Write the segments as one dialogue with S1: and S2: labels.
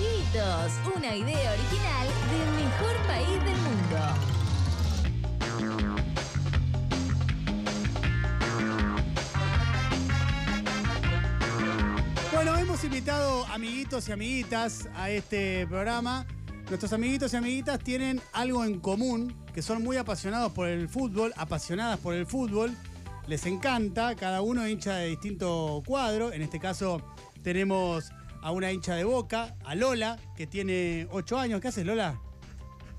S1: nosotros una idea original del mejor país del mundo.
S2: Bueno, hemos invitado amiguitos y amiguitas a este programa. Nuestros amiguitos y amiguitas tienen algo en común, que son muy apasionados por el fútbol, apasionadas por el fútbol. Les encanta, cada uno hincha de distinto cuadro. En este caso tenemos a una hincha de Boca, a Lola, que tiene 8 años. ¿Qué haces, Lola?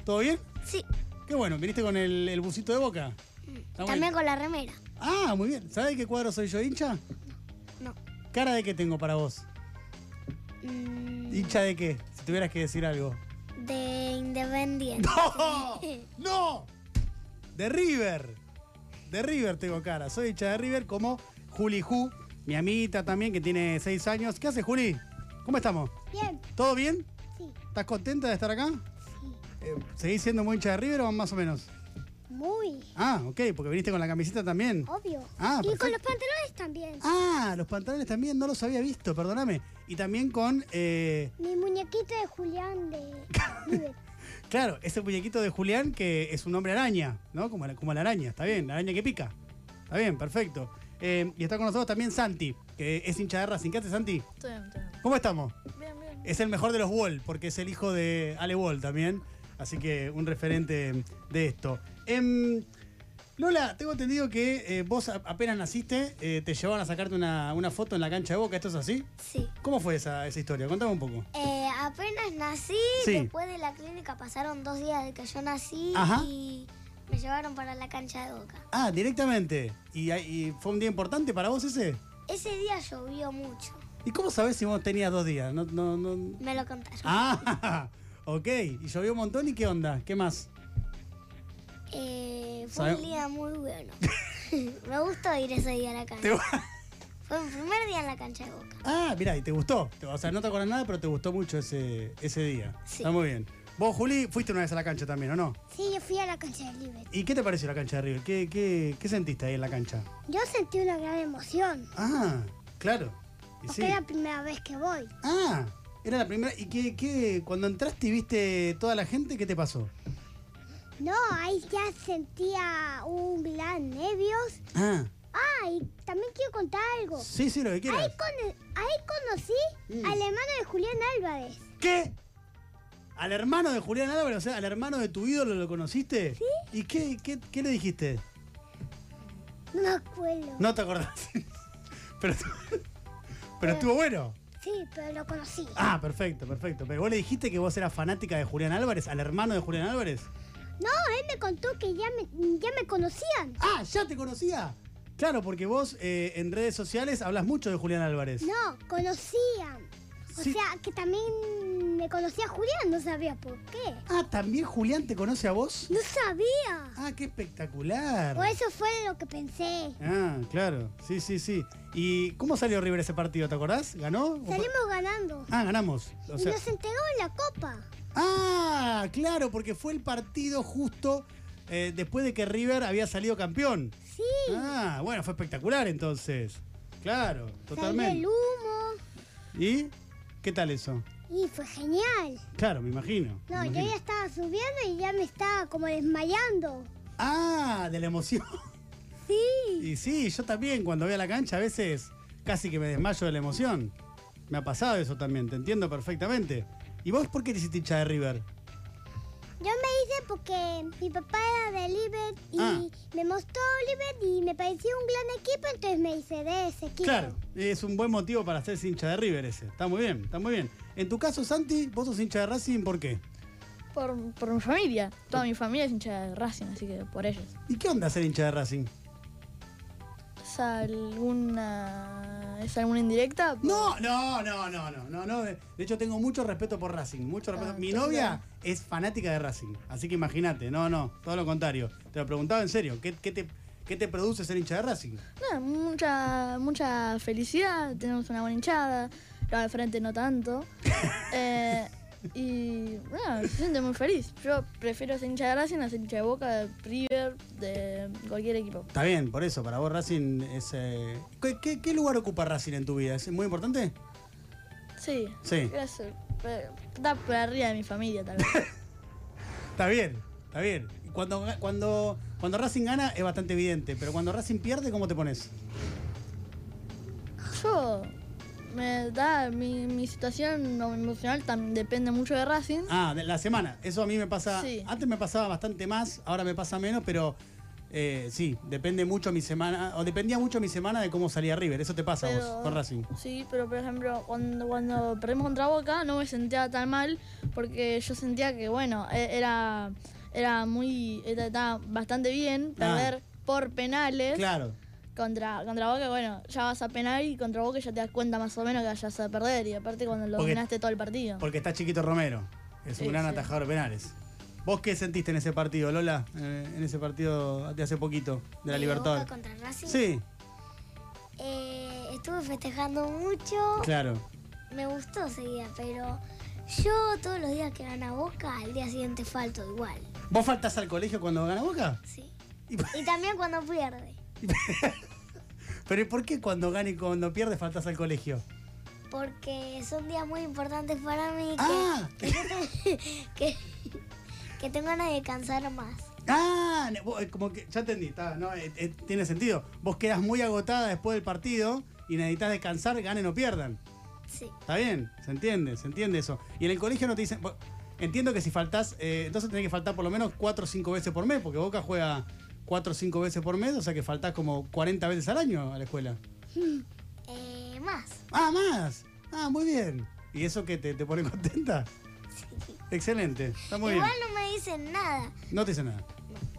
S2: ¿Todo bien?
S3: Sí,
S2: Qué bueno, viniste con el, el busito de Boca. Está muy
S3: también con la remera.
S2: bien. Ah, muy bien. ¿Sabes de qué cuadro soy yo hincha?
S3: No.
S2: ¿Cara de qué tengo para vos?
S3: Mm,
S2: ¿Hincha de qué? Si tuvieras que decir algo.
S3: de Independiente.
S2: ¡No! ¡No! De River. De River tengo cara. Soy hincha de River como Juli Ju, mi amiguita también que tiene 6 años. ¿Qué hace Juli? ¿Cómo estamos?
S3: Bien,
S2: ¿Todo bien?
S3: sí,
S2: ¿Estás contenta de estar acá? Eh, ¿Seguís siendo muy hincha de River o más o menos?
S3: muy
S2: Ah, ok, porque viniste con la camiseta también.
S3: obvio.
S2: Ah,
S3: y
S2: perfecto.
S3: con los pantalones también.
S2: Ah, los pantalones también, no los había visto, perdóname. Y también con... eh,
S3: Mi muñequito de Julián de River.
S2: Claro, ese muñequito de Julián que es un hombre araña, ¿no? Como la, como la araña, está bien, la araña que pica. Está bien, perfecto. Eh, y está con nosotros también Santi, que es hincha de Racing. ¿Qué haces, Santi?
S4: Estoy bien, estoy bien.
S2: ¿Cómo estamos?
S4: Bien, bien.
S2: Es el mejor de los Wall, porque es el hijo de Ale Wall también. Así que un referente de esto. Em, Lola, tengo entendido que eh, vos a- apenas naciste, eh, te llevaban a sacarte una, una foto en la cancha de boca. ¿Esto es así?
S3: Sí.
S2: ¿Cómo fue esa, esa historia? Contame un poco.
S3: Eh, apenas nací,
S2: Sí.
S3: después de la clínica pasaron dos días de que yo nací
S2: Ajá.
S3: y me llevaron para la cancha de boca.
S2: Ah, directamente. ¿Y, y fue un día importante para vos ese?
S3: Ese día llovió mucho,
S2: ¿Y cómo sabés si vos tenías dos días? No, no, no...
S3: me lo contaron.
S2: Ah, ok. Y llovió un montón y qué onda, qué más.
S3: Eh, fue
S2: Sabe-
S3: un día muy bueno. me gustó ir ese día a la
S2: Te-
S3: cancha. Fue mi primer día en la cancha de boca.
S2: Ah, mirá, y te gustó. Te- O sea, no te acordás nada, pero te gustó mucho ese, ese día.
S3: Sí.
S2: Está muy bien. Vos, Juli, fuiste una vez a la cancha también, ¿o no?
S3: Sí, yo fui a la cancha de River.
S2: ¿Y qué te pareció la cancha de River? ¿Qué, qué, qué sentiste ahí en la cancha?
S3: Yo sentí una gran emoción,
S2: Ah, claro. Y sí.
S3: primera vez que voy.
S2: Ah, era la primera. ¿Y qué, qué? Cuando entraste y viste toda la gente, ¿qué te pasó?
S3: No, ahí ya sentía un gran nervios.
S2: Ah,
S3: Ah, y también quiero contar algo.
S2: sí, sí, lo que
S3: Ahí,
S2: quieras.
S3: con- ahí conocí
S2: Mm.
S3: al hermano de Julián Álvarez.
S2: ¿Qué? ¿Al hermano de Julián Álvarez? O sea, ¿al hermano de tu ídolo lo conociste? Sí. ¿Y qué, qué, qué le dijiste?
S3: No me acuerdo.
S2: No te acordás. Pero, pero estuvo bueno.
S3: Sí, pero lo conocí.
S2: Ah, perfecto, perfecto. Pero vos le dijiste que vos eras fanática de Julián Álvarez, al hermano de Julián Álvarez.
S3: No, él me contó que ya me, ya me conocían.
S2: Ah, ya te conocía. Claro, porque vos eh, en redes sociales hablas mucho de Julián Álvarez.
S3: No, conocían. O
S2: Sí.
S3: sea, que también me conocía Julián, no sabía por qué.
S2: Ah, también Julián te conoce a vos.
S3: No sabía.
S2: Ah, qué espectacular.
S3: Por eso fue lo que pensé.
S2: Ah, claro. Sí, sí, sí. ¿Y cómo salió River ese partido? ¿Te acordás? ¿Ganó? ¿O fue-
S3: Salimos ganando.
S2: Ah, ganamos. O sea-
S3: y nos entregó la copa.
S2: Ah, claro, porque fue el partido justo eh, después de que River había salido campeón.
S3: Sí.
S2: Ah, bueno, fue espectacular entonces. Claro,
S3: Salió el
S2: totalmente.
S3: humo.
S2: ¿Y qué tal eso?
S3: Y fue genial.
S2: Claro, me imagino.
S3: No,
S2: me
S3: yo
S2: imagino.
S3: ya estaba subiendo y ya me estaba como desmayando.
S2: Ah, de la emoción.
S3: Sí.
S2: Y sí, yo también cuando voy a la cancha a veces casi que me desmayo de la emoción. Me ha pasado eso también, te entiendo perfectamente. ¿Y vos por qué te hiciste hincha de River?
S3: Yo me hice porque mi papá era de Oliver y
S2: Ah.
S3: me mostró Oliver y me parecía un gran equipo, entonces me hice de ese equipo.
S2: Claro, es un buen motivo para ser hincha de River ese. Está muy bien, está muy bien. En tu caso, Santi, vos sos hincha de Racing, ¿por qué?
S4: Por, por mi familia. Toda mi familia es hincha de Racing, así que por ellos.
S2: ¿Y qué onda ser hincha de Racing?
S4: ¿Es alguna. ¿Es alguna indirecta?
S2: No, no, no, no, no, no, no. De de hecho, tengo mucho respeto por Racing, mucho respeto.
S4: Ah,
S2: Mi
S4: claro.
S2: novia es fanática de Racing, así que imagínate, no, no, todo lo contrario. Te lo preguntaba en serio, ¿qué, qué te, qué te produce ser hincha de Racing?
S4: Nada, mucha, mucha felicidad. Tenemos una buena hinchada. La de frente no tanto. Eh, y. Nada, me siento muy feliz. Yo prefiero ser hincha de Racing a ser hincha de Boca, de River, de cualquier equipo.
S2: Está bien, por eso, para vos Racing es... eh, ¿qué, qué, qué lugar ocupa Racing en tu vida? ¿Es muy importante?
S4: Sí.
S2: Sí.
S4: Gracias. pero está por arriba de mi familia tal vez.
S2: Está bien, está bien. Y Cuando, ga- cuando, cuando Racing gana es bastante evidente, pero cuando Racing pierde, ¿cómo te pones?
S4: Yo, me da, mi, mi situación emocional también depende mucho de Racing.
S2: Ah, de la semana. Eso a mí me pasa.
S4: Sí.
S2: Antes me pasaba bastante más, ahora me pasa menos, pero eh, sí, depende mucho mi semana. O dependía mucho mi semana de cómo salía River. Eso te pasa a vos
S4: Pero-
S2: Ah, con Racing.
S4: Sí, pero por ejemplo, cuando, cuando perdimos contra Boca no me sentía tan mal porque yo sentía que, bueno, e- era, era muy. era- Estaba bastante bien
S2: Ah.
S4: perder por penales
S2: Claro.
S4: contra, contra Boca. Bueno, ya vas a penal y contra Boca ya te das cuenta más o menos que vayas a perder. Y aparte, cuando lo
S2: Porque-
S4: dominaste todo el partido.
S2: Porque está Chiquito Romero. Es un
S4: Sí,
S2: gran
S4: sí.
S2: atajador de penales. ¿Vos qué sentiste en ese partido, Lola? Eh, en ese partido de hace poquito, de la
S3: ¿De
S2: Libertadores.
S3: Boca contra Racing?
S2: Sí,
S3: Eh, estuve festejando mucho.
S2: claro.
S3: Me gustó ese día, pero yo todos los días que gana Boca, al día siguiente falto igual.
S2: ¿Vos faltás al colegio cuando gana Boca?
S3: Sí.
S2: Y-
S3: Y también cuando pierde.
S2: Pero ¿y por qué cuando gana y cuando pierde faltás al colegio?
S3: Porque son días muy importantes para mí que,
S2: Ah,
S3: que, que tengo ganas de descansar más.
S2: ah, ne- vos, eh, como que ya entendí, está, no, eh, eh, tiene sentido. Vos quedás muy agotada después del partido y necesitas descansar, ganen o pierdan.
S3: Sí.
S2: Está bien, se entiende, se entiende eso. Y en el colegio no te dicen, bo- entiendo que si faltás, eh, entonces tenés que faltar por lo menos 4 o 5 veces por mes, porque Boca juega 4 o 5 veces por mes, o sea que faltás como 40 veces al año a la escuela.
S3: Eh, más.
S2: Ah, más. Ah, muy bien. ¿Y eso qué te, te pone contenta? Excelente, está muy
S3: igual
S2: bien.
S3: no me dicen nada.
S2: No te dice nada.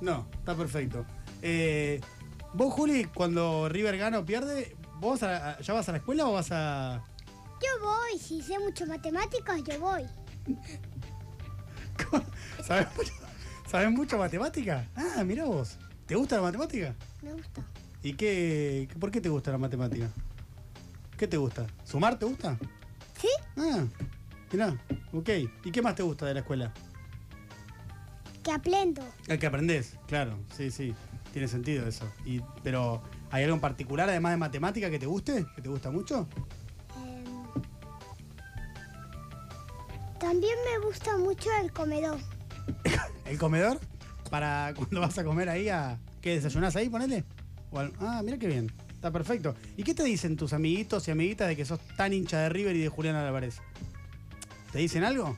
S2: No, está perfecto. Eh, vos, Juli, cuando River gana o pierde, ¿vos a- a- ya vas a la escuela o vas a...?
S3: Yo voy, si sé mucho matemáticas, yo voy.
S2: ¿Sabes mucho, sabés mucho matemática? Ah, mirá vos. ¿Te gusta la matemática?
S3: Me gusta.
S2: ¿Y qué, por qué te gusta la matemática? ¿Qué te gusta? ¿Sumar te gusta?
S3: ¿Sí?
S2: Ah, mirá, ok. ¿Y qué más te gusta de la escuela?
S3: Que aprendo.
S2: El que aprendés, claro, sí, sí, tiene sentido eso. Y, pero, ¿hay algo en particular, además de matemática, que te guste? ¿Que te gusta mucho?
S3: em. También me gusta mucho el comedor.
S2: ¿El comedor? Para cuando vas a comer ahí, a, ¿qué desayunás ahí, ponele? O al- ah, mira qué bien, está perfecto. ¿Y qué te dicen tus amiguitos y amiguitas de que sos tan hincha de River y de Julián Álvarez? ¿Te dicen algo?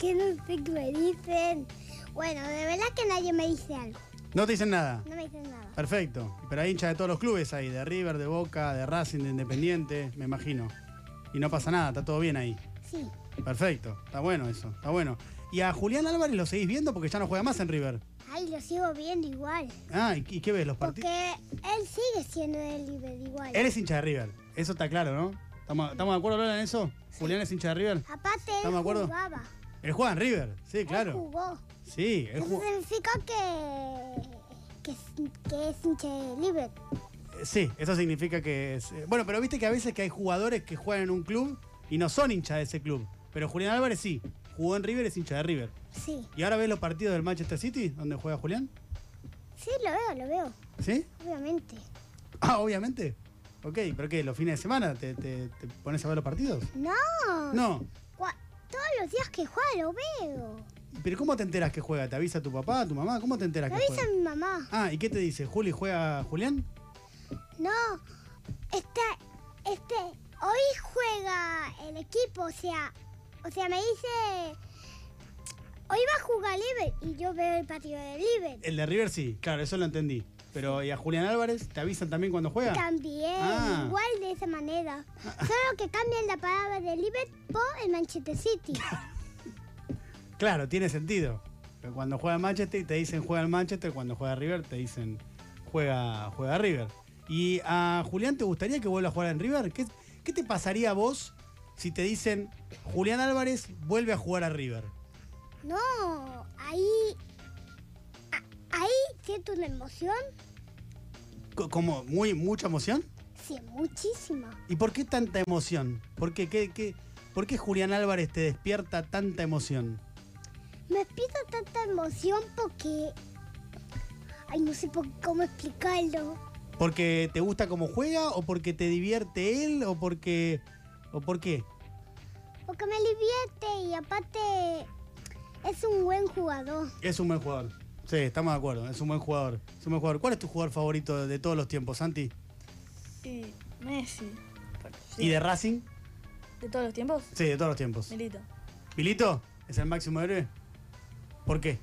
S3: Que no sé qué me dicen. Bueno, de verdad que nadie me dice algo.
S2: No te dicen nada.
S3: No me dicen nada.
S2: Perfecto. Pero hay hincha de todos los clubes ahí, de River, de Boca, de Racing, de Independiente, me imagino. Y no pasa nada, está todo bien ahí.
S3: Sí.
S2: Perfecto, está bueno eso, está bueno. ¿Y a Julián Álvarez lo seguís viendo porque ya no juega más en River?
S3: Ay, lo sigo viendo igual.
S2: Ah, ¿y, y qué ves los partidos?
S3: Porque él sigue siendo el libre igual.
S2: Eres hincha de River, eso está claro, ¿no? ¿Estamos, estamos de acuerdo, Lola, en eso? ¿Julián es hincha de River?
S3: Aparte, él
S2: ¿Estamos de acuerdo?
S3: jugaba.
S2: Él juega en River, sí,
S3: Él
S2: claro.
S3: jugó.
S2: Sí, él
S3: Eso
S2: ju-
S3: significa que, que, es- que es hincha de libre.
S2: Sí, eso significa que... es- eh, Bueno, pero viste que a veces que hay jugadores que juegan en un club y no son hinchas de ese club. Pero Julián Álvarez sí, jugó en River, es hincha de River.
S3: Sí.
S2: ¿Y ahora ves los partidos del Manchester City, donde juega Julián?
S3: Sí, lo veo, lo veo.
S2: ¿Sí?
S3: Obviamente.
S2: Ah, obviamente. Ok, pero ¿qué? ¿Los fines de semana te, te- te pones a ver los partidos?
S3: No.
S2: No.
S3: Cua- Todos los días que juega lo veo.
S2: ¿Pero cómo te enteras que juega? ¿Te avisa tu papá, tu mamá? ¿Cómo te enteras
S3: Lo
S2: que
S3: avisa
S2: juega?
S3: mi mamá.
S2: Ah, ¿y qué te dice? ¿Juli juega Julián?
S3: No. Este, este, hoy juega el equipo, o sea, o sea, me dice, hoy va a jugar libre y yo veo el partido de libre.
S2: El de River sí, claro, eso lo entendí. Pero ¿y a Julián Álvarez te avisan también cuando juega?
S3: También,
S2: Ah.
S3: igual de esa manera. Solo que cambian la palabra de libre por el Manchester City.
S2: Claro, tiene sentido. Pero cuando juega Manchester te dicen juega al Manchester, cuando juega River te dicen juega, juega River. ¿Y a Julián te gustaría que vuelva a jugar en River? ¿Qué, qué te pasaría a vos si te dicen Julián Álvarez vuelve a jugar a River?
S3: No, ahí, a- ahí siento una emoción,
S2: Co- ¿Como muy, mucha emoción?
S3: sí, muchísima.
S2: ¿Y por qué tanta emoción? ¿Por qué, qué, qué- por qué Julián Álvarez te despierta tanta emoción?
S3: Me despierta tanta emoción porque. Ay, no sé por- cómo explicarlo.
S2: ¿Porque te gusta cómo juega o porque te divierte él o porque ¿O por qué?
S5: Porque me divierte y aparte es un buen jugador.
S2: Es un buen jugador. Sí, estamos de acuerdo. Es un buen jugador. Es un buen jugador. ¿Cuál es tu jugador favorito de, de todos los tiempos, Santi?
S4: Y Messi. por-
S2: ¿Y de Racing?
S4: ¿De todos los tiempos?
S2: Sí, de todos los tiempos.
S4: Milito.
S2: ¿Milito? ¿Es el máximo héroe? ¿Por qué?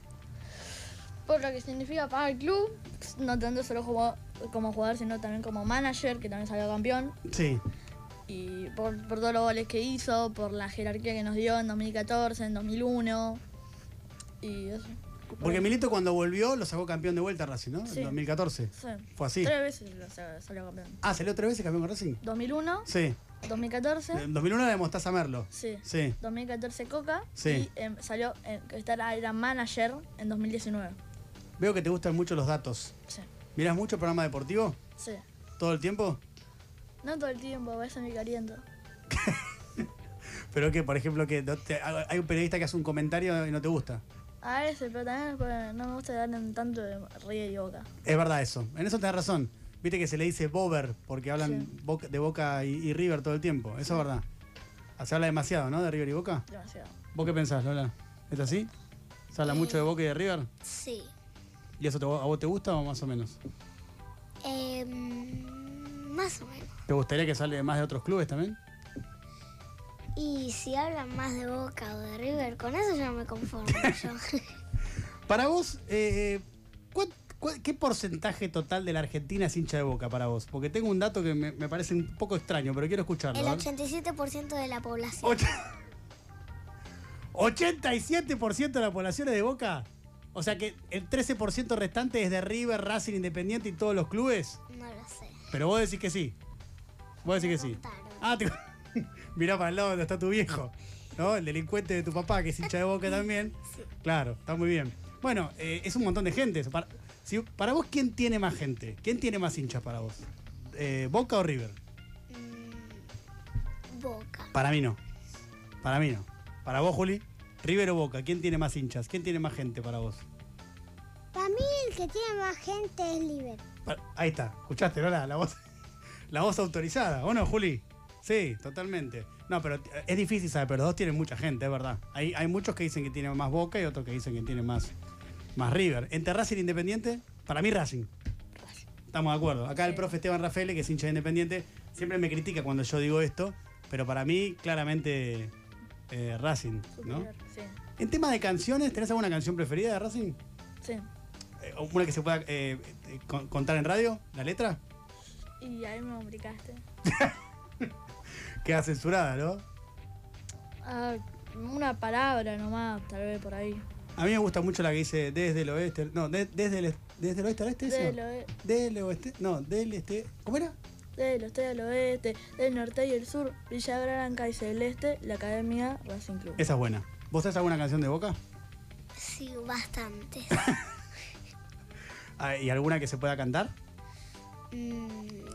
S4: Por lo que significa para el club, no tanto solo como, como jugador, sino también como manager, que también salió campeón.
S2: Sí.
S4: Y por, por todos los goles que hizo, por la jerarquía que nos dio en 2014, en 2001. Y eso.
S2: Porque Milito cuando volvió lo sacó campeón de vuelta a Racing, ¿no?
S4: Sí.
S2: En 2014.
S4: Sí.
S2: Fue así.
S4: Tres veces lo sa- salió campeón.
S2: Ah, ¿salió tres veces campeón con Racing?
S4: 2001,
S2: Sí.
S4: 2014,
S2: En 2001 le mostaza a Merlo.
S4: sí.
S2: Sí.
S4: 2014 Coca
S2: Sí.
S4: y em, salió, em, que estará- era manager en 2019.
S2: Veo que te gustan mucho los datos.
S4: Sí,
S2: ¿Mirás mucho programa deportivo?
S4: sí.
S2: ¿Todo el tiempo?
S4: No todo el tiempo, a veces me caliento.
S2: Pero que, por ejemplo, que no te- hay un periodista que hace un comentario y no te gusta.
S4: A veces, pero también porque no me gusta dar en tanto de ríe y boca.
S2: Es verdad eso. En eso tenés razón. Viste que se le dice bober porque hablan Boca- de Boca y, y River todo el tiempo. Eso es verdad. Ah, Se habla demasiado, ¿no? De River y Boca.
S4: Demasiado.
S2: ¿Vos qué pensás, Lola? ¿Es así? ¿Se habla mucho de Boca y de River?
S3: Sí.
S2: ¿Y eso te- a vos te gusta o más o menos?
S3: Em, más o menos.
S2: ¿Te gustaría que salga más de otros clubes también?
S3: Y si hablan más de Boca o de River, con eso yo no me conformo. yo.
S2: Para vos, eh, eh, ¿cuán- cuán- ¿qué porcentaje total de la Argentina es hincha de Boca para vos? Porque tengo un dato que me, me parece un poco extraño, pero quiero escucharlo.
S3: El
S2: a ver.
S3: 87% de la población.
S2: Och- 87% de la población es de Boca. O sea que el 13% restante es de River, Racing, Independiente y todos los clubes.
S3: No lo sé.
S2: Pero vos decís que sí. Vos decís que sí.
S3: contaron.
S2: Ah, te... mirá para el lado donde está tu viejo. ¿No? El delincuente de tu papá, que es hincha de boca también. Claro, está muy bien. Bueno, eh, es un montón de gente. Para, si- para vos, ¿quién tiene más gente? ¿Quién tiene más hinchas para vos? Eh, ¿Boca o River?
S3: Boca.
S2: Para mí no. Para mí no. Para vos, Juli, River o Boca, ¿quién tiene más hinchas? ¿Quién tiene más gente para vos?
S5: Para mí el que tiene más gente es Liver.
S2: Pa- Ahí está, escuchaste, ¿no? La, la voz, la voz autorizada, ¿o no, Juli? Sí, totalmente. No, pero eh, es difícil saber, pero los dos tienen mucha gente, es verdad. Hay, hay muchos que dicen que tienen más Boca y otros que dicen que tienen más, más River. Entre Racing e Independiente, para mí Racing. Estamos de acuerdo. Acá el profe Esteban Rafael, que es hincha de Independiente, siempre me critica cuando yo digo esto, pero para mí, claramente, eh, Racing, ¿no?
S4: Superior, Sí,
S2: En tema de canciones, ¿tenés alguna canción preferida de Racing?
S4: sí.
S2: Eh, ¿Una que se pueda eh, eh, con- contar en radio? ¿La letra?
S4: Y ahí me complicaste.
S2: Queda censurada, ¿no?
S4: Ah, una palabra nomás, tal vez por ahí.
S2: A mí me gusta mucho la que dice desde el oeste. No, de- desde, el, est- desde el oeste al este. ¿eso?
S4: Del, oe-
S2: Del oeste. No, del este. ¿Cómo era?
S4: del oeste al oeste, del norte y el sur, Villa Branca y Celeste, la Academia Racing Club.
S2: Esa es buena. ¿Vos tenés alguna canción de boca?
S3: Sí, bastante.
S2: Ah, ¿Y alguna que se pueda cantar?
S3: Mm,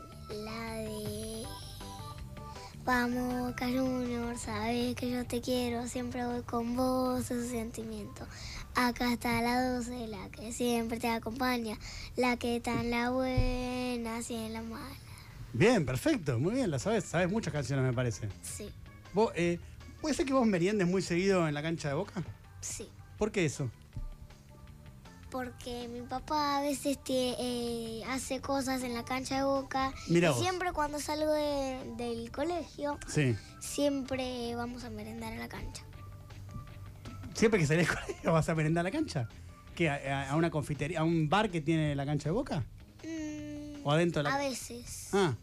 S3: la de. Vamos, Junior, sabes que yo te quiero, siempre voy con vos, ese sentimiento. Acá está la 12, la que siempre te acompaña, la que está en la buena, si en la mala.
S2: Bien, perfecto. Muy bien, la sabes. Sabes muchas canciones, me parece.
S3: Sí,
S2: Vos, eh, ¿Puede ser que vos meriendes muy seguido en la cancha de boca?
S3: sí.
S2: ¿Por qué eso?
S3: Porque mi papá a veces tie- eh, hace cosas en la cancha de boca.
S2: Mirá
S3: y
S2: vos.
S3: siempre cuando salgo de- del colegio,
S2: Sí.
S3: siempre vamos a merendar a la cancha.
S2: ¿Siempre que salís del colegio vas a merendar a la cancha? ¿Qué? A, a- a una confitería? ¿A un bar que tiene la cancha de boca?
S3: Mm,
S2: ¿O adentro de la
S3: a veces.
S2: Ah.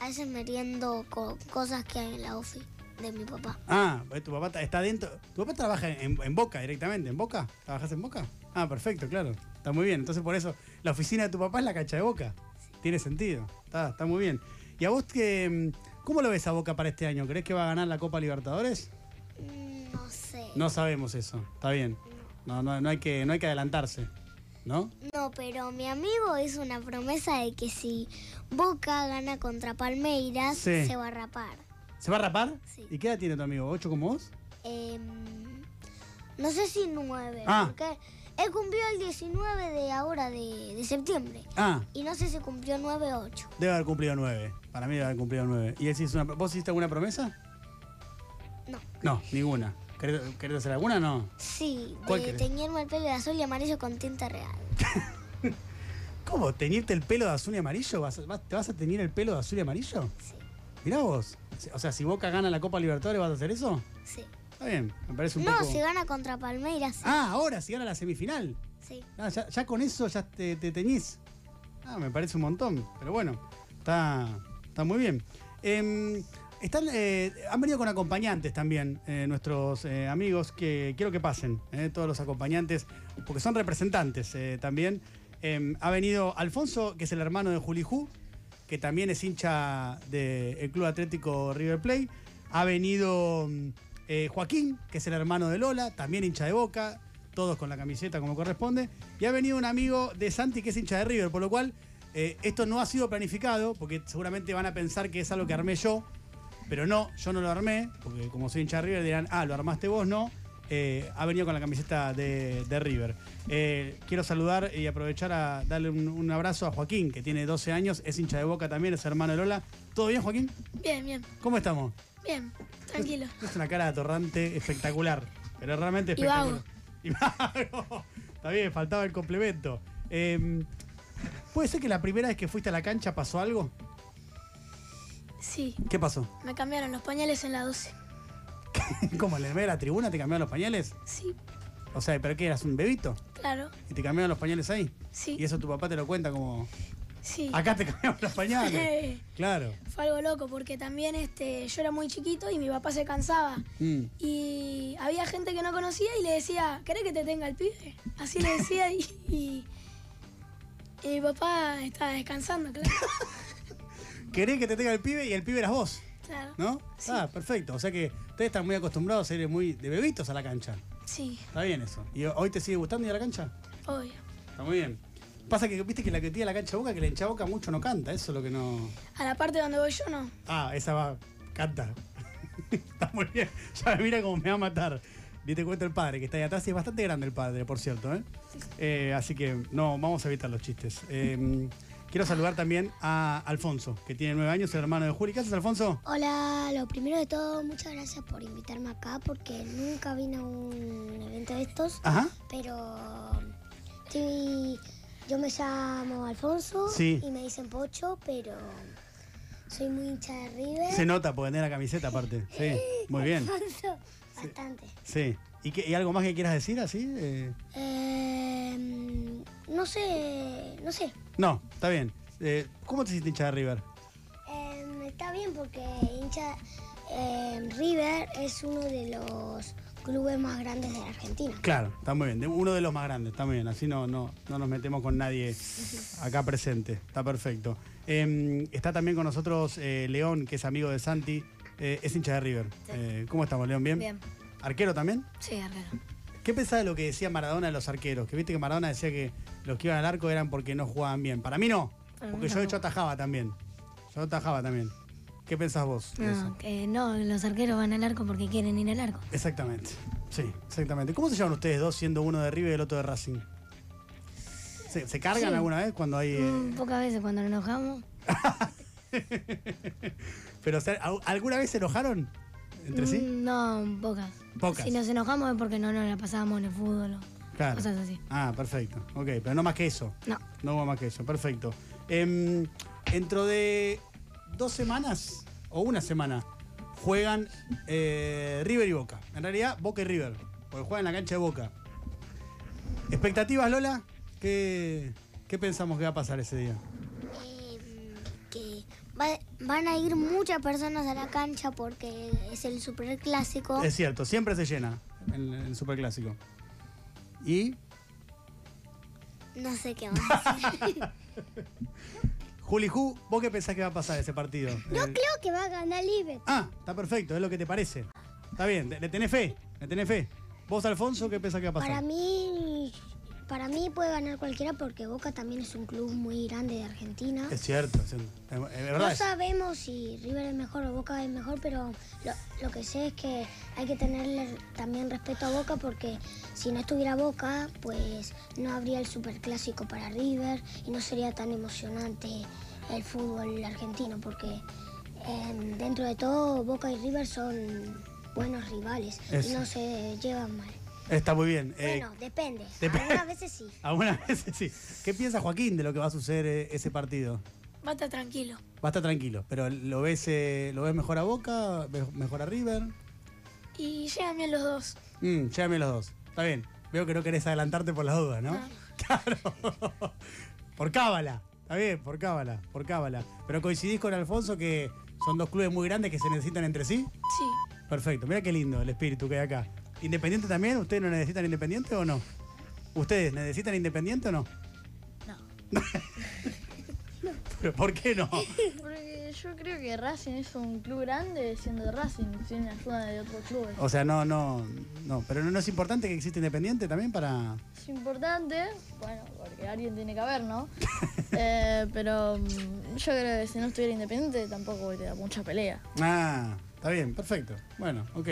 S3: A veces meriendo co- cosas que hay en la ofi de mi papá.
S2: Ah, pues tu papá ta- está dentro. ¿Tu papá trabaja en, en Boca directamente? ¿En Boca? ¿Trabajas en Boca? Ah, perfecto, claro. Está muy bien. Entonces, por eso, la oficina de tu papá es la cancha de Boca. Tiene sentido. Está, está muy bien. ¿Y a vos que, mm, cómo lo ves a Boca para este año? ¿Crees que va a ganar la Copa Libertadores?
S3: Mm, No sé.
S2: No sabemos eso. Está bien. No, no, no hay, que, no hay que adelantarse. ¿No?
S3: No, pero mi amigo hizo una promesa de que si Boca gana contra Palmeiras,
S2: Sí.
S3: se va a rapar.
S2: ¿Se va a rapar?
S3: Sí.
S2: ¿Y qué edad tiene tu amigo? ¿Ocho como vos?
S3: Em, no sé si 9,
S2: Ah.
S3: porque él cumplió el 19 de ahora de, de septiembre.
S2: Ah,
S3: Y no sé si cumplió 9 o 8.
S2: debe haber cumplido nueve. Para mí debe haber cumplido nueve. ¿Y él sí hizo una, vos hiciste alguna promesa?
S3: No.
S2: No, ninguna. ¿Querés, querés hacer alguna o no?
S3: Sí,
S2: ¿Cuál
S3: de
S2: querés?
S3: teñirme el pelo de azul y amarillo con tinta real.
S2: ¿Cómo? ¿Teñirte el pelo de azul y amarillo? ¿Vas a- vas- ¿Te vas a teñir el pelo de azul y amarillo?
S3: Sí,
S2: Mirá vos. O sea, si Boca gana la Copa Libertadores, ¿vas a hacer eso?
S3: sí.
S2: Está bien, me parece un
S3: No,
S2: poco...
S3: si gana contra Palmeiras, sí.
S2: Ah, ahora, si gana la semifinal.
S3: sí.
S2: Ah, ya, ya con eso ya te, te teñís. Ah, me parece un montón. Pero bueno, está, está muy bien. Em, están, eh, han venido con acompañantes también eh, nuestros eh, amigos que quiero que pasen, eh, todos los acompañantes, porque son representantes eh, también. Em, ha venido Alfonso, que es el hermano de Juliju, que también es hincha del Club Atlético River Plate. Ha venido mm, eh, Joaquín, que es el hermano de Lola, también hincha de Boca, todos con la camiseta como corresponde. Y ha venido un amigo de Santi, que es hincha de River, por lo cual eh, esto no ha sido planificado, porque seguramente van a pensar que es algo que armé yo, pero no, yo no lo armé, porque como soy hincha de River dirán, ah, lo armaste vos, no. Eh, ha venido con la camiseta de, de River. Eh, quiero saludar y aprovechar a darle un, un abrazo a Joaquín, que tiene 12 años, es hincha de Boca también, es hermano de Lola. ¿Todo bien, Joaquín?
S6: Bien, bien,
S2: ¿Cómo estamos?
S6: bien, tranquilo.
S2: Es una cara de atorrante espectacular, pero realmente
S6: Y vago.
S2: espectacular. Y vago. Está bien, faltaba el complemento. Eh, ¿Puede ser que la primera vez que fuiste a la cancha pasó algo?
S6: Sí,
S2: ¿Qué pasó?
S6: me cambiaron los pañales en la 12.
S2: ¿Cómo en el medio de la tribuna te cambiaron los pañales?
S6: Sí,
S2: O sea, ¿pero qué eras un bebito?
S6: claro,
S2: ¿Y te cambiaron los pañales ahí?
S6: sí,
S2: Y eso tu papá te lo cuenta como.
S6: sí.
S2: Acá te cambiaron los pañales. Claro.
S6: Fue algo loco porque también este, yo era muy chiquito y mi papá se cansaba.
S2: Mm.
S6: Y había gente que no conocía y le decía, ¿querés que te tenga el pibe? Así le decía y, y, y mi papá estaba descansando, claro.
S2: Querés que te tenga el pibe y el pibe eras vos,
S6: claro.
S2: ¿no? Ah, perfecto. O sea que ustedes están muy acostumbrados a ir muy de bebitos a la cancha.
S6: Sí,
S2: Está bien eso. ¿Y hoy te sigue gustando ir a la cancha?
S6: obvio.
S2: Está muy bien. Pasa que viste que la que tira la cancha boca, que la hincha boca mucho no canta, eso es lo que no.
S6: A la parte donde voy yo no.
S2: Ah, esa va, canta. está muy bien. Ya me mira cómo me va a matar. Y te cuento el padre, que está ahí atrás y es bastante grande el padre, por cierto. ¿eh? Eh, así que no, vamos a evitar los chistes. Eh, quiero saludar también a Alfonso, que tiene nueve años, el hermano de Juli. ¿Qué haces, Alfonso?
S3: Hola, lo primero de todo, muchas gracias por invitarme acá porque nunca vine a un evento de estos,
S2: Ajá.
S3: pero sí, yo me llamo Alfonso
S2: Sí.
S3: y me dicen Pocho, pero soy muy hincha de River.
S2: Se nota por tener la camiseta aparte. Sí, muy bien.
S3: Alfonso, bastante.
S2: Sí. ¿Y, qué- y algo más que quieras decir así? Eh,
S3: Em, no sé, no sé.
S2: no, está bien. Eh, ¿Cómo te hiciste hincha de River?
S3: Em, está bien porque hincha em, River es uno de los clubes más grandes de la Argentina.
S2: Claro, está muy bien. De- Uno de los más grandes, está muy bien. Así no, no, no nos metemos con nadie acá presente. Está perfecto. Eh, está también con nosotros eh, León, que es amigo de Santi. Eh, es hincha de River. Eh, ¿Cómo estamos, León? ¿Bien?
S1: Bien.
S2: ¿Arquero también?
S1: Sí, arreglo.
S2: ¿Qué pensás de lo que decía Maradona de los arqueros? Que viste que Maradona decía que los que iban al arco eran porque no jugaban bien. Para mí no,
S1: Para mí
S2: porque yo de hecho
S1: tampoco.
S2: atajaba también. Yo atajaba también. ¿Qué pensás vos? de eso?
S1: No, que no, los arqueros van al arco porque quieren ir al arco.
S2: Exactamente. Sí, exactamente. ¿Cómo se llaman ustedes dos, siendo uno de River y el otro de Racing? ¿Se, se cargan
S1: Sí.
S2: alguna vez cuando hay.? eh,
S1: Mm, pocas veces cuando nos enojamos.
S2: Pero, o sea, ¿al- ¿alguna vez se enojaron entre ¿Eh, sí?
S1: Mm, No, pocas.
S2: Pocas.
S1: Si nos enojamos es porque no nos la pasábamos en el fútbol o
S2: Claro.
S1: cosas así.
S2: Ah, perfecto. Ok, pero no más que eso.
S1: No.
S2: No hubo más que eso. Perfecto. Em, dentro de dos semanas o una semana juegan eh, River y Boca. En realidad, Boca y River. Porque juegan en la cancha de Boca. ¿Expectativas, Lola? ¿Qué, qué pensamos que va a pasar ese día?
S3: Em, que va- van a ir muchas personas a la cancha porque es el superclásico.
S2: Es cierto, siempre se llena el, el superclásico. Y
S3: No sé qué más.
S2: Juli Ju, ¿vos qué pensás que va a pasar ese partido?
S5: Yo
S2: Eh,
S5: creo que va a ganar Libre.
S2: Ah, está perfecto, es lo que te parece. Está bien, le le tenés fe, le tenés fe. ¿Vos, Alfonso, qué pensás que va a pasar?
S3: para mí, para mí puede ganar cualquiera porque Boca también es un club muy grande de Argentina.
S2: Es cierto, es, es verdad.
S3: No sabemos si River es mejor o Boca es mejor, pero lo, lo que sé es que hay que tenerle también respeto a Boca porque si no estuviera Boca, pues no habría el superclásico para River y no sería tan emocionante el fútbol argentino porque em, dentro de todo Boca y River son buenos rivales
S2: Eso.
S3: y no se llevan mal.
S2: Está muy bien. Eh,
S3: bueno, depende.
S2: dep-
S3: Algunas veces sí.
S2: Algunas veces sí. ¿Qué piensa Joaquín de lo que va a suceder eh, ese partido?
S6: Va a estar tranquilo.
S2: Va a estar tranquilo, pero ¿lo ves, eh, ¿lo ves mejor a Boca? ¿Ves ¿Mejor a River?
S6: Y llegan bien los dos.
S2: Mm, llévame los dos. Está bien. Veo que no querés adelantarte por las dudas, ¿no? Claro. por cábala. Está bien, por cábala, por cábala. Pero coincidís con Alfonso que son dos clubes muy grandes que se necesitan entre sí.
S6: Sí.
S2: Perfecto. Mira qué lindo el espíritu que hay acá. ¿Independiente también? ¿Ustedes no necesitan independiente o no? ¿Ustedes necesitan independiente o no? No. ¿Por qué no?
S4: Porque yo creo que Racing es un club grande siendo Racing, sin ayuda de otros clubes.
S2: O sea, no, no, no. Pero no, no es importante que exista independiente también para.
S4: Es importante, bueno, porque alguien tiene que haber, ¿no? Eh, pero mm, yo creo que si no estuviera independiente tampoco te da mucha pelea.
S2: Ah, está bien, perfecto. Bueno, ok.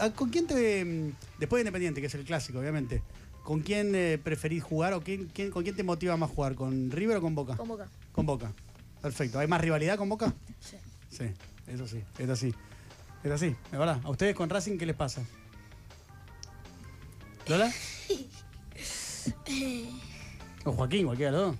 S2: ¿A- ¿Con quién te. mm, Después de Independiente, que es el clásico, obviamente. ¿Con quién eh, preferís jugar o quién, quién- con quién te motiva más jugar? ¿Con River o con Boca?
S4: Con Boca.
S2: Con Boca. Perfecto. ¿Hay más rivalidad con Boca?
S4: Sí.
S2: Sí, eso sí, es así. Es así, es verdad. ¿A ustedes con Racing qué les pasa? ¿Lola? ¿O Joaquín, cualquiera de los dos?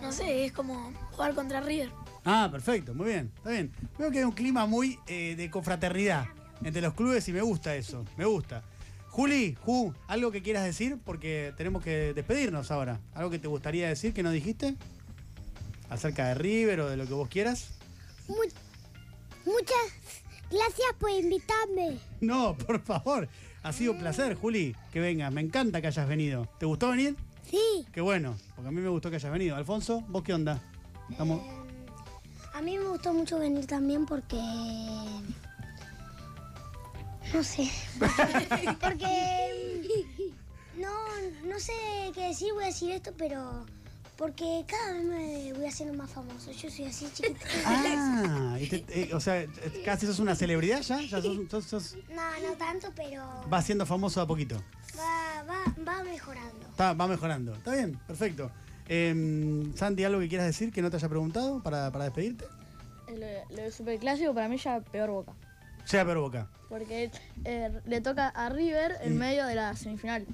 S6: No sé, es como jugar contra River.
S2: Ah, perfecto, muy bien, está bien. Veo que hay un clima muy eh, de confraternidad entre los clubes y me gusta eso, me gusta. Juli, Ju, ¿algo que quieras decir? Porque tenemos que despedirnos ahora. ¿Algo que te gustaría decir que no dijiste? Acerca de River o de lo que vos quieras.
S5: Mu- muchas gracias por invitarme.
S2: No, por favor. Ha sido un placer, Juli, que vengas. Me encanta que hayas venido. ¿Te gustó venir?
S5: Sí.
S2: Qué bueno, porque a mí me gustó que hayas venido. Alfonso, ¿vos qué onda? Estamos...
S3: A mí me gustó mucho venir también porque... No sé. porque... mm, No, no sé qué decir, voy a decir esto, pero... Porque cada vez me voy haciendo más famoso. Yo soy así chiquita.
S2: Ah, y te- eh, o sea, eh, casi sos una celebridad ya. Ya sos- sos- sos...
S3: No, no tanto, pero
S2: va siendo famoso a poquito.
S3: va, va, va mejorando.
S2: Está, va mejorando. Está bien, perfecto. Eh, Santi, ¿algo que quieras decir que no te haya preguntado para, para despedirte?
S4: Eh, Lo, lo de superclásico para mí ya peor Boca.
S2: Sea pero boca.
S4: Porque eh, le toca a River en medio de la semifinal.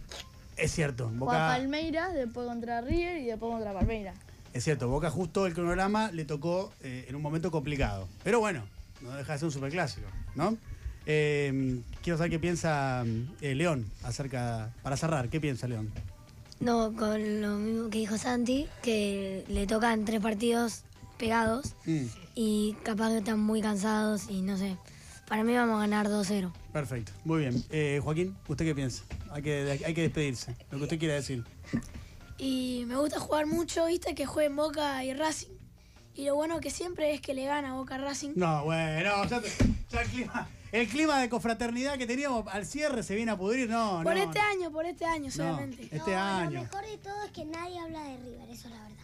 S2: Es cierto,
S4: Juega
S2: Boca.
S4: Palmeiras, después contra River y después contra Palmeiras.
S2: Es cierto, Boca justo el cronograma le tocó eh, en un momento complicado. Pero bueno, no deja de ser un superclásico, ¿no? Eh, quiero saber qué piensa eh, León acerca. Para cerrar, ¿qué piensa León?
S1: No, con lo mismo que dijo Santi, que le tocan tres partidos pegados
S2: Mm,
S1: y capaz que están muy cansados y no sé. Para mí vamos a ganar 2-0.
S2: perfecto, muy bien. Eh, Joaquín, ¿usted qué piensa? Hay que, hay que despedirse, lo que usted quiera decir.
S6: Y me gusta jugar mucho, viste, que jueguen Boca y Racing. Y lo bueno que siempre es que le gana Boca a Racing.
S2: No, bueno, ya, te- ya el, clima, el clima de confraternidad que teníamos al cierre se viene a pudrir, no,
S6: por
S2: no.
S6: este año, por este año
S2: no,
S6: solamente.
S2: este
S3: No, Lo
S2: año.
S3: mejor de todo es que nadie habla de River, eso es la verdad.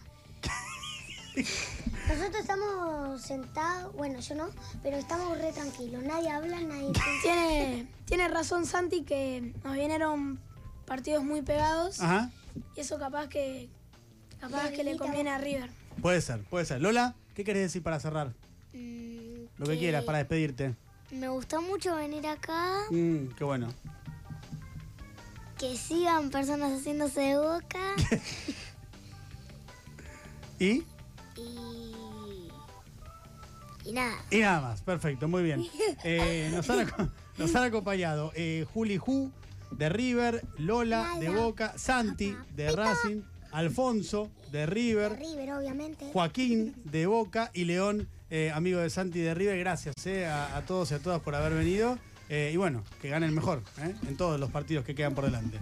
S3: Nosotros estamos sentados, bueno, yo no, pero estamos re tranquilos. Nadie habla, nadie.
S6: Tiene, tiene razón Santi que nos vinieron partidos muy pegados
S2: Ajá,
S6: y eso capaz que
S3: Le
S6: capaz que le
S3: habilita
S6: conviene a River.
S2: puede ser, puede ser. Lola, ¿qué querés decir para cerrar? Lo que quieras, para despedirte.
S3: Mm, Me gustó mucho venir acá.
S2: Mm, qué bueno.
S3: Que sigan personas haciéndose de boca.
S2: ¿Y?
S3: y. Y nada.
S2: Y nada más, perfecto, muy bien. Eh, nos, han, aco- nos han acompañado eh, Juli Ju de River, Lola de Boca, Santi de Racing, Alfonso de River,
S3: River, obviamente.
S2: Joaquín de Boca y León, eh, amigo de Santi de River. Gracias eh, a, a todos y a todas por haber venido. Eh, y bueno, que gane el mejor eh, en todos los partidos que quedan por delante.